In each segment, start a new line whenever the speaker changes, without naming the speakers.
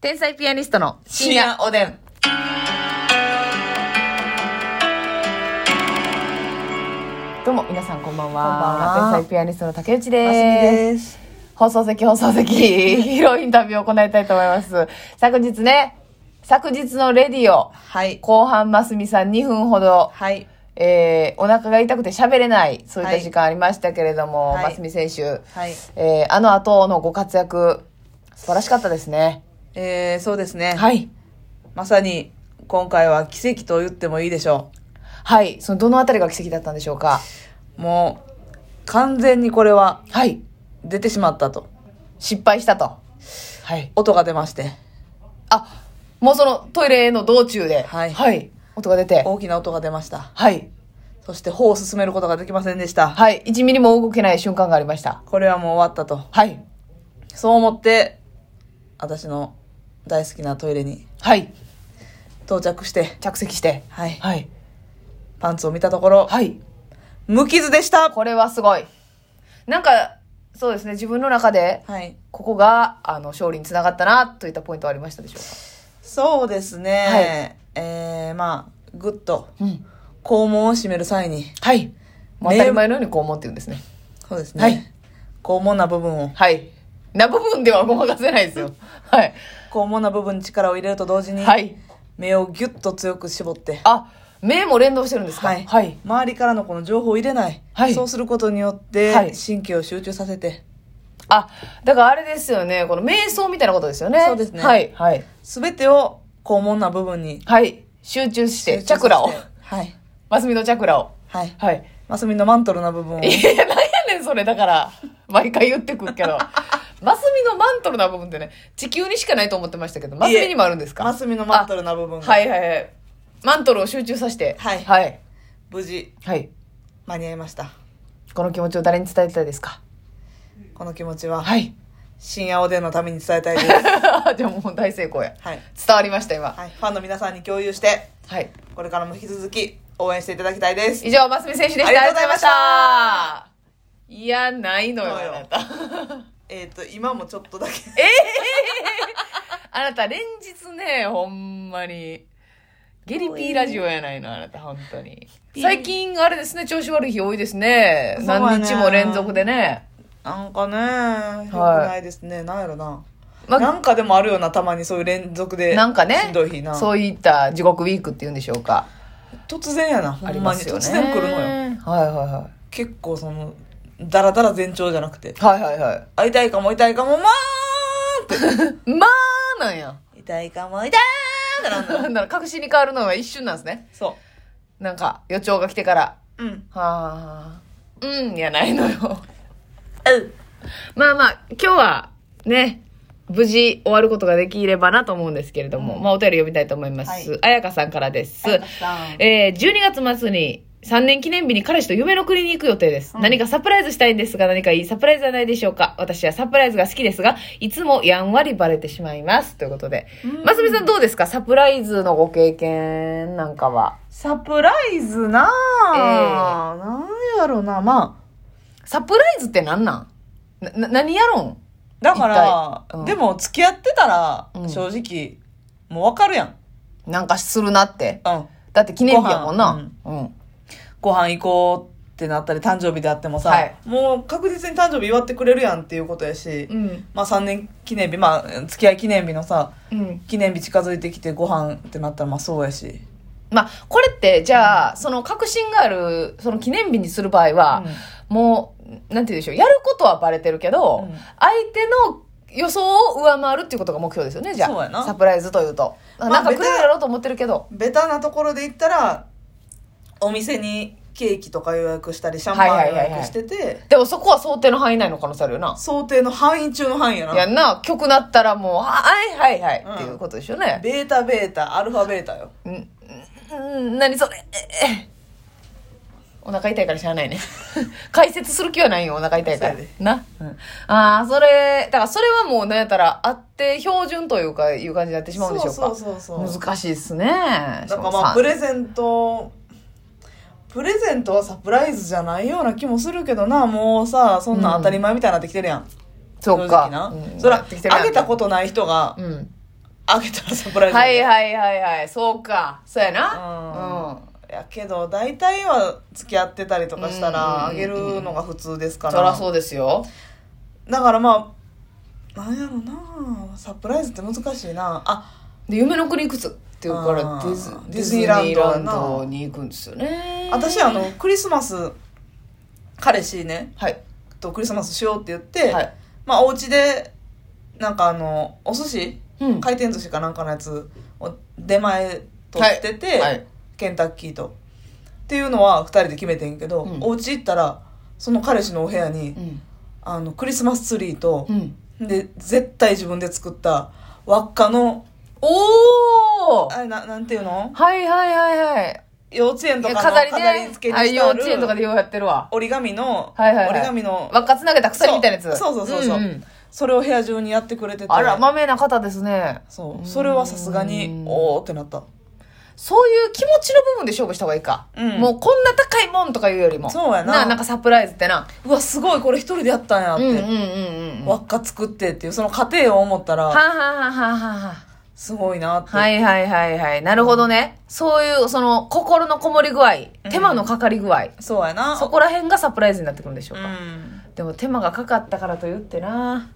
天才ピアニストの
深夜おでん。
どうも皆さんこんばんは
こんばんは
天才ピアニストの竹内です
マシミです。
放送席放送 席ヒロインタビューを行いたいと思います昨日ね昨日のレディオ
はい。
後半ますみさん2分ほど、
はい。
えーお腹が痛くて喋れないそういった時間ありましたけれども、
はい
ますみ選手、
はい
えーあの後のご活躍素晴らしかったですね
えー、そうですね。
はい
まさに、今回は奇跡と言ってもいいでしょ
はいそのどのあたりが奇跡だったんでしょうか
う。もう、完全にこれは
はい
出てしまったと。
失敗したとはい
音が出まして、
あもうそのトイレの道中では
はい
音が出て
大きな音が出ました。
はい
そして、歩を進めることができませんでした。
はい1ミリも動けない瞬間がありました
これはもう終わったと。
はい
そう思って、私の大好きなトイレに
はい
到着して、
着席して
はい。
はい
パンツを見たところ、
はい
無傷でした
これはすごいなんかそうですね自分の中で
はい。
ここがあの勝利につながったなといったポイントはありましたでしょ
そうですね。えー、まあ、ぐっと、
うかうん
肛門を閉める際に、
はいもう当たり前のように肛門って言うんですね
そうです
はい
ね。肛門な部分を、
はいな部分ではごまかせないですよはい
肛門な部分に力を入れると同時に、
はい
目をギュッと強く絞って、
あ目も連動してるんですかはい
周りからのこの情報を入れない。
はい
そうすることによっ
は
て
い、
神経を集中させて、
あ、だからあれですよね。この瞑想みたいなことですよね。
そうですね
はい。はい。
すべてを肛門な部分に
はい。集中して、
集中させて
チャクラを。
はい。
マスミのチャクラを。
はい。
はい。
マスミのマントルな部分を
い、や、なんやねん、それ。だから、毎回言ってくるけ ど。マスミのマントルな部分ってね、地球にしかないと思ってましたけど、マスミにもあるんですか
マスミのマントルな部分が、
はいはいはい。マントルを集中させて。
はい
はい。
無事
はい。
間に合いました。
この気持ちを誰に伝えたいですか
この気持ちは、
はい。
深夜おでんのために伝えたいです。
じゃあもう大成功や。
はい。
伝わりました、今。
はい、ファンの皆さんに共有して、
はい。
これからも引き続き応援していただきたいです。
以上、マスミ選手でした。
ありがとうございました
ありがとうございました。いや、ないのよ、
そうよ
あなた。
えっ、と、今もちょっとだけ。
あなた、連日ね、ほんまに。ゲリピーラジオやないの、あなた、本当に。
ピー
最近、あれですね、調子悪い日多いですね。
そうやね
何日も連続でね。
なんかね、よく
はい
ないですね。なんやろな。
ま
なんかでもあるよな、たまにそういう連続で。
なんかね
しんどい日な。
そういった地獄ウィークっていうんでしょうか。
突然やな、ほ
あり
ん
ま
まに。
すよ
突
ね。
然来るのよ。
はいはいは
結構その、だらだら前兆じゃなくて、
い。はいはいは
あ、痛いかも痛いかも、まーんっ
い。まあ、なんや。
て。痛いかも痛いーってなんだよ。
だから、確信に変わるのは一瞬なんですね。
そ
なんか、予兆が来てから。
う。うん。
はあ。うん、やないのよ。
うん。
まあまあ、今日はね、無事終わることができればなと思うんですけれども、まあお便り読みたいと思います。
はい
あやかさんからです。
彩香さん
えー、12月末に3年記念日に彼氏と夢の国に行く予定です。
うん
何かサプライズしたいんですが、何かいいサプライズはないでしょうか私はサプライズが好きですが、いつもやんわりバレてしまいます。ということで
う。ん
ますみさんどうですかサプライズのご経験なんかは。
サプライズなぁ、なんやろな、まあ。
サプライズってなんなんな、な何やろん
だから、
一体うん
でも付き合ってたら、
うん
正直、もうわかるやん。
なんかするなって。
うん。
だって記念日やもん
ご
な
飯。
うん。
ご飯行こうってなったり、誕生日であってもさ、
はい
もう確実に誕生日祝ってくれるやんっていうことやし、
うん。
まあ3年記念日、まあ付き合い記念日のさ、
うん。
記念日近づいてきてご飯ってなったらまあそうやし。
まあ、これって、じゃあ、その確信がある、その記念日にする場合は、もう、なんて言うんでしょう、やることはバレてるけど、
うん
相手の予想を上回るっていうことが目標ですよね、じゃあ。
そうやな
サプライズというと。
あ
なんか来るやろうと思ってるけど。
ベタなところで言ったら、お店にケーキとか予約したり、シャンパン
はいはい
予
はいはい
約してて、
でもそこは想定の範囲内の可能性あるよな。
想定の範囲中の範囲やな。
いやんな、曲なったらもう、あはいはいはい、
うん
っていうことですよね。
ベータベータ、アルファベータよ。
うん、うん、何それ。ええお腹痛いからしゃあないね。 解説する気はないよ、お腹痛いから
そうや。
な。
うん
ああ、それ、だからそれはもうなんやったら、あって標準というか、いう感じになってしまうんでしょうか。
そうそうそうそう
難しいですね。
な
だ
んかまあプレゼントプレゼントはサプライズじゃないような気もするけどなもうさそんなん当たり前みたいになってきてるやん、
そう
正直
か。
な、
うん
そら
やってきてるや
あ
ん
げたことない人が
うん。
あげたらサプライズ。
はいはいはいはい。そうか。そうや
うん
な。
やけど、大体は付き合ってたりとかしたら、
う
あ
ん
げるのが普通です
う
か
ん。そら
ら。
そうですよ。
だからまあ、なんやろなサプライズって難しいなあ、
で、夢の国いくつっていうから
あー
ディズ、
ディズニーランドやな
ディズニーランドに行くんですよね。
私あの、クリスマス、彼氏ね、
はい。
とクリスマスしようって言って、
はい。
まあお家で、なんかあの、お寿司、
うん。
回転寿司かなんかのやつを出前取ってて、
はいはい
ケンタッキーと。っていうのは2人で決めてんけど、
うん
お家行ったらその彼氏のお部屋に、
うん。
あのクリスマスツリーと
う、ん。
で絶対自分で作った輪っかの
おー
あれななんていうの
はいはいはいはい。
幼稚園と
い
か
や
の
飾りね。
飾り付けにして
あ
あ
幼稚園とか
る
でようやってるわ。
折り紙の、
はいはいはい
折り紙の
輪っかつなげた鎖みたいなやつ。
そうそうそうそうそうそれを部屋中にやってくれてて
あら、まめな方ですね。
そうそれはさすがにおおってなった
そういう気持ちの部分で勝負した方がいいか。
うん
もうこんな高いもんとかいうよりも。
そうやな
な、なんかサプライズってな。
うわすごいこれ一人でやったんやっ
う
て、
んうんうんうん。
輪
は
っか作ってっていうその過程を思った
は
ら
はははは。
すごいなって、
はいはいはいはい。なるほどね。そういう、その、心のこもり具合、手間のかかり具合。
そうやな
そこら辺がサプライズになってくるんでしょう
う
か。
ん
でも手間がかかったからと言ってな。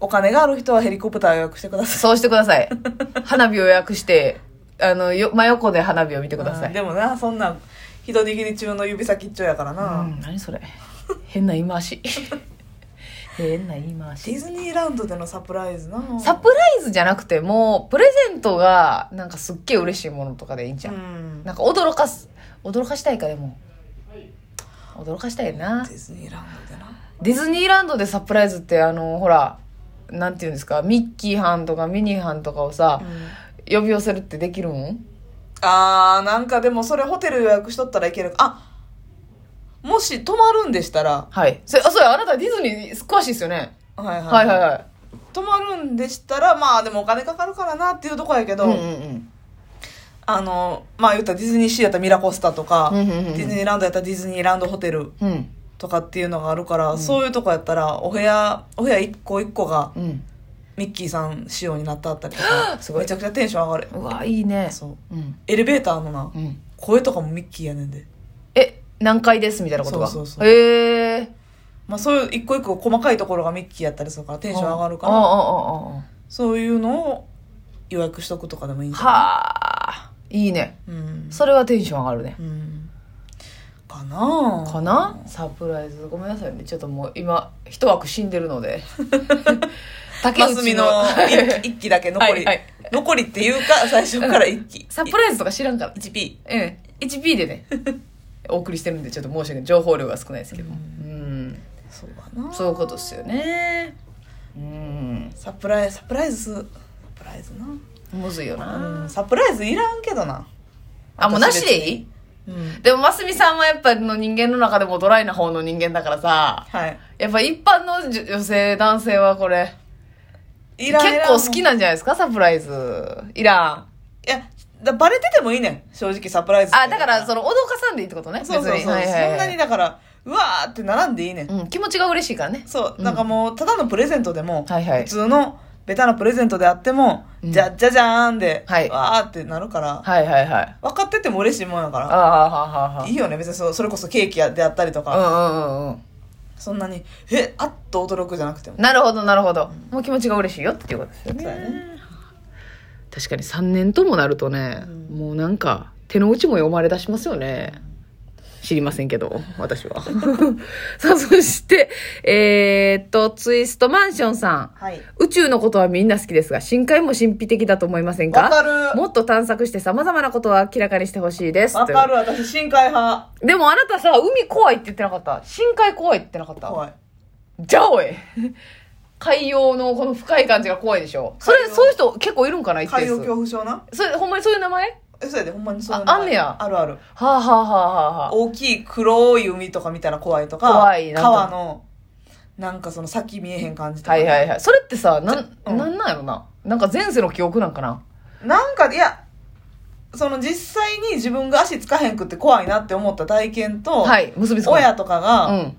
お金がある人はヘリコプター予約してください
そうしてくだ さい。花火を予約して、あの、よ真横で花火を見てくださ
うん
い。
でもなそんなん一握り中の指先っちょやから
う
な、
ん、何それ。変な言い回 し。変な言い回
ディ
し。
ズニーランドでのサプライズな
サプライズじゃなくてもう、プレゼントが、なんかすっげえ嬉しいものとかでいいんじゃん。
うんデ
なんか驚かす、驚かしたいかでも。驚かしたいな。
ィズニーランドでな
ディズニーランドでサプライズって、あの、ほら、なんていうんですか、ミッキー班とかミニー班とかをさ、呼び寄せるってできるもん
あーなんかでもそれホテル予約しとったらいけるあもし泊まるんでしたら
はい。それ、あ、そうや、あなたディズニー詳しいですよね。
はいはい、
はいはいはい。
泊まるんでしたらまあでもお金かかるからなっていうとこやけど、
うんうん
あのまあ言ったらディズニーシーやったらミラコスタとか、
うんうんうん
ディズニーランドやったらディズニーランドホテル
うん。うん。
とかっていうのがあるから、そういうとこやったらお部屋お部屋一個一個が
うん。
ミッキーさん仕様になったったりとか
すごい
めちゃくちゃテンション上がる
うわ、いいね。
そう
うん。
エレベーターのな
うん。
声とかもミッキーやねんで、
え、何階ですみたいなことが。
そうそうそう
へえ。
まあ、そういう一個一個細かいところがミッキーやったりするからテンション上がるか
うんうん
ら
うんうんうん。
そういうのを予約しとくとかでもいいんじゃない
はあ。いいね。
うん、
それはテンション上がるね。
うん、かなあ
かなサプライズ。ごめんなさいね。ちょっともう今、一枠死んでるの で。竹
マス
内
ミ
の
の一期一期だけ残り、
はいはい
残りっていう か最初から一期
サプライズとか知らんから。
1P
ええ。1P で ね。お送りしてるんで、ちょっと申し訳ない。情報量が少ないですけども。うん。
そうかな
そういうことですよね。うん。
サプライサプライズサプライズな、
むずいよな。
うん、サプライズいらんけどな
あ、もうなしでいい
うん
でも、ますみさんはやっぱりの人間の中でもドライな方の人間だからさ、
はい
やっぱ一般の女女性、男性はこれ、結
いらんいらん
構好きなんじゃないですかサプライズ。いらん。
いやだバレててもいいねん正直サプライズって
あ、だから、その、脅かさんでいいってことね。
そうそう
別
そう、
にはいはい
そんなに
は
だからうわーって並んでいいねん、
い。うん、気持ちが嬉しいからね。
そうなんかもうただのプレゼントでも、
はいはい
普通のベタなプレゼントであっても、
うん
じゃじゃじゃーんで、
はい
わーってなるから
はいはいはい。
分かってても嬉しいもんやか
あ
ら
あ、はあはあはい
いよね別にそうそれこそケーキであったりとか、
あ。うんうんうんうん。
そんなにえあっと驚くじゃなくても
なるほどなるほど、もう気持ちが嬉しいよっていうことですよ
そうやね
確かに3年ともなるとね、もうなんか手の内も読まれ出しますよね知りませんけど私は さあそしてえーっとツイストマンションさん
はい
宇宙のことはみんな好きですが深海も神秘的だと思いません
わか
か
る
もっと探索して様々なことを明らかにしてほしいです
わかる私深海派
というでもあなたさ海怖いって言ってなかった深海怖いって言ってなかった
怖い
じゃあおい海洋のこの深い感じが怖いでしょそ
海
れ、
洋
そういう人結構いるんかな一定
海洋
数。
恐怖症な
それ、ほんまにそういう名前
えそうやでほんまにそういう
ああんねや
あるある
はあ、はあはあはあはあ、
大きい黒い海とか見たら怖いとか
怖いなんか
川のなんかその先見えへん感じとか、
はいはいはい。それってさ、なん、
うん
なんなんやろななんか前世の記憶なんかな
なんかいやその実際に自分が足つかへんくって怖いなって思った体験と、
はい、結びつく。
親とかが、
うん。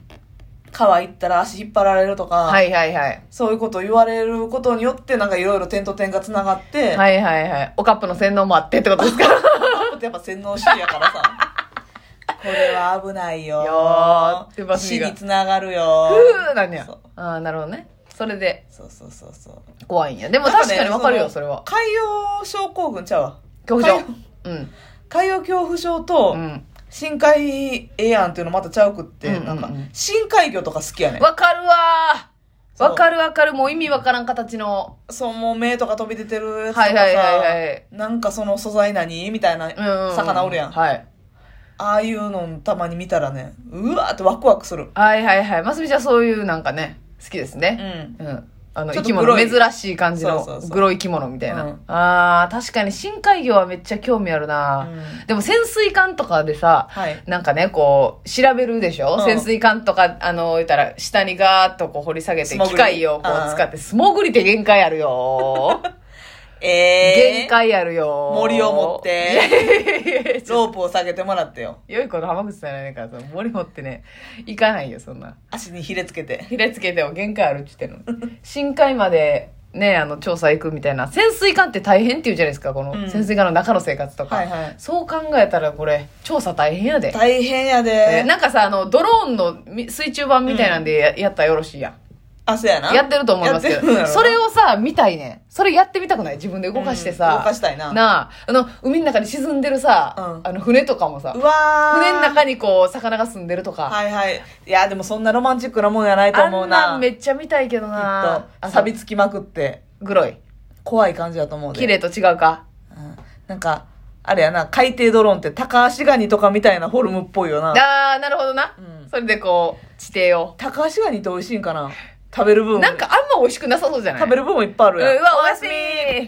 川行ったら足引っ張られるとか、
はいはいはい。
そういうことを言われることによって、なんかいろいろ点と点が繋がって、
はいはいはい。おカップの洗脳もあってってことですかよ
アップってやっぱ洗脳主義やか らさ。これは危ないよ。
ーってば
死
しが
に。つながるよ。
ふーなんや
そう。
ああ、なるほどね。それで
そうそうそうそう。
怖いんや。でも確かにわかるよ、それは。
海洋症候群ちゃうわ。
恐怖症。うん。
海洋恐怖症と、
うん。
深海ええやんっていうのまたちゃうくって、
うんうんうん
なんか、深海魚とか好きやねん。
わかるわー。
そう
わかるわかる。もう意味わからん形の。
そう、もう目とか飛び出てるやつとか
はい
さ、
はいはいはい。
なんかその素材何みたいな、
うんうん。
魚おるやん。あ
はい。
あいうのたまに見たらね、うわーってワクワクする。
はいはいはい。ますみちゃんそういうなんかね、好きです
う
ね。
ん。
うん。あの、
ちょ
生
っ
き
と
物、
黒い
珍しい感じ
そうそう
の
そう
黒い生き物みたいな。
うん
ああ、確かに深海魚はめっちゃ興味ある
う
な、
ん
でも潜水艦とかでさ、
はい。
なんかね、こう、調べるでしょ、
うん
潜水艦とか、あの、言ったら、下にガーッとこう掘り下げて、
素潜り
機械をこう
あー
使って、素潜りって限界あるよ。
え
限界あるよ。
森を持
い
っ
やいや
て、
いやいや
ロープを下げてもらってよ。
良いこと浜口さんやねんからさ、森持ってね、行かないよ、そんな。
足にひれつけて。
ひれつけても限界あるって言ってんのに深海までねあの調査行くみたいな潜水艦って大変って言うじゃないですかこの
うん
潜水艦の中の生活とか、
はいはい。
そう考えたらこれ調査大変やで、
大変や
え
で。
なんかさあのドローンのみ水中版みたいなんでや,、ったらよろしいやん
あ、そうやな。
やってると思いますけ
やってるんや
ど
ろ
それをさ見たいねんそれやってみたくない自分で動かしてさ、
うん動かしたいな
なああの海の中に沈んでるさ、
うん
あの船とかもさ
うわー。
船の中にこう魚が住んでるとか、
はいはい。いや、でもそんなロマンチックなもんやないと
あん
思う
な
な。
ん
き
め
っ
っちゃ見たいけどな
と、錆びつきまくって、
グロい
怖い感じだと思うで。
綺麗と違うか
うん。なんか、あれやな、海底ドローンって高足ガニとかみたいなフォルムっぽいよな。
ああ、なるほどな。
うん
それでこう、地底を。
高足ガニって美味しいんかな食べる分。
なんかあんま美味しくなさそうじゃない
食べる分もいっぱいあ
う
る
んう
やん。
わ、おやすみ